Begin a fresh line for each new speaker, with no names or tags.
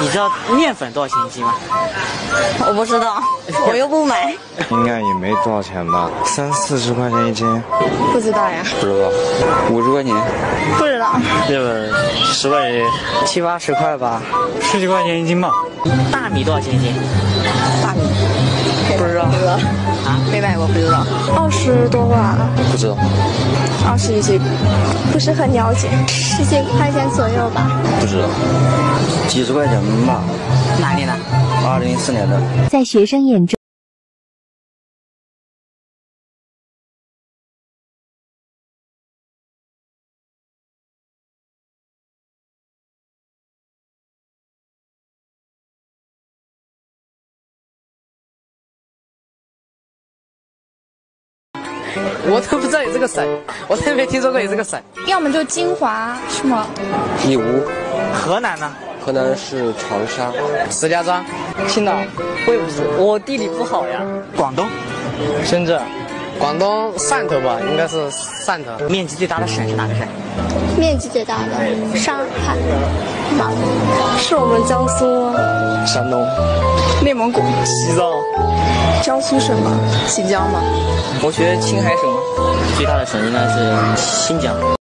你知道面粉多少钱一斤吗？
我不知道，我又不买。
应该也没多少钱吧，三四十块钱一斤。
不知道呀，
不知道，五十块钱，
不知道。
面粉十块钱，
七八十块吧，
十几块钱一斤吧。
大米多少钱一斤？
大米
不知道，
没买过，不知道。
二十多吧，
不知道，
二十一斤，不是很了解，十几块钱左右吧。
不知道，几十块钱吧。
哪里呢？
二零一四年的，
在学生眼中，
我都不知道有这个省，我真没听说过有这个省。
要么就金华，是吗？
义乌，
河南呢？
河南是长沙，
石家庄、青岛、
我也不知，我地理不好呀。
广东
深圳，
广东汕头吧，应该是汕头。
面积最大的省是哪个省？
面积最大的上海，是我们江苏、啊
山东，
内蒙古、
西藏，
江苏省吗？新疆吗？
我学青海省。
最大的省应该是新疆。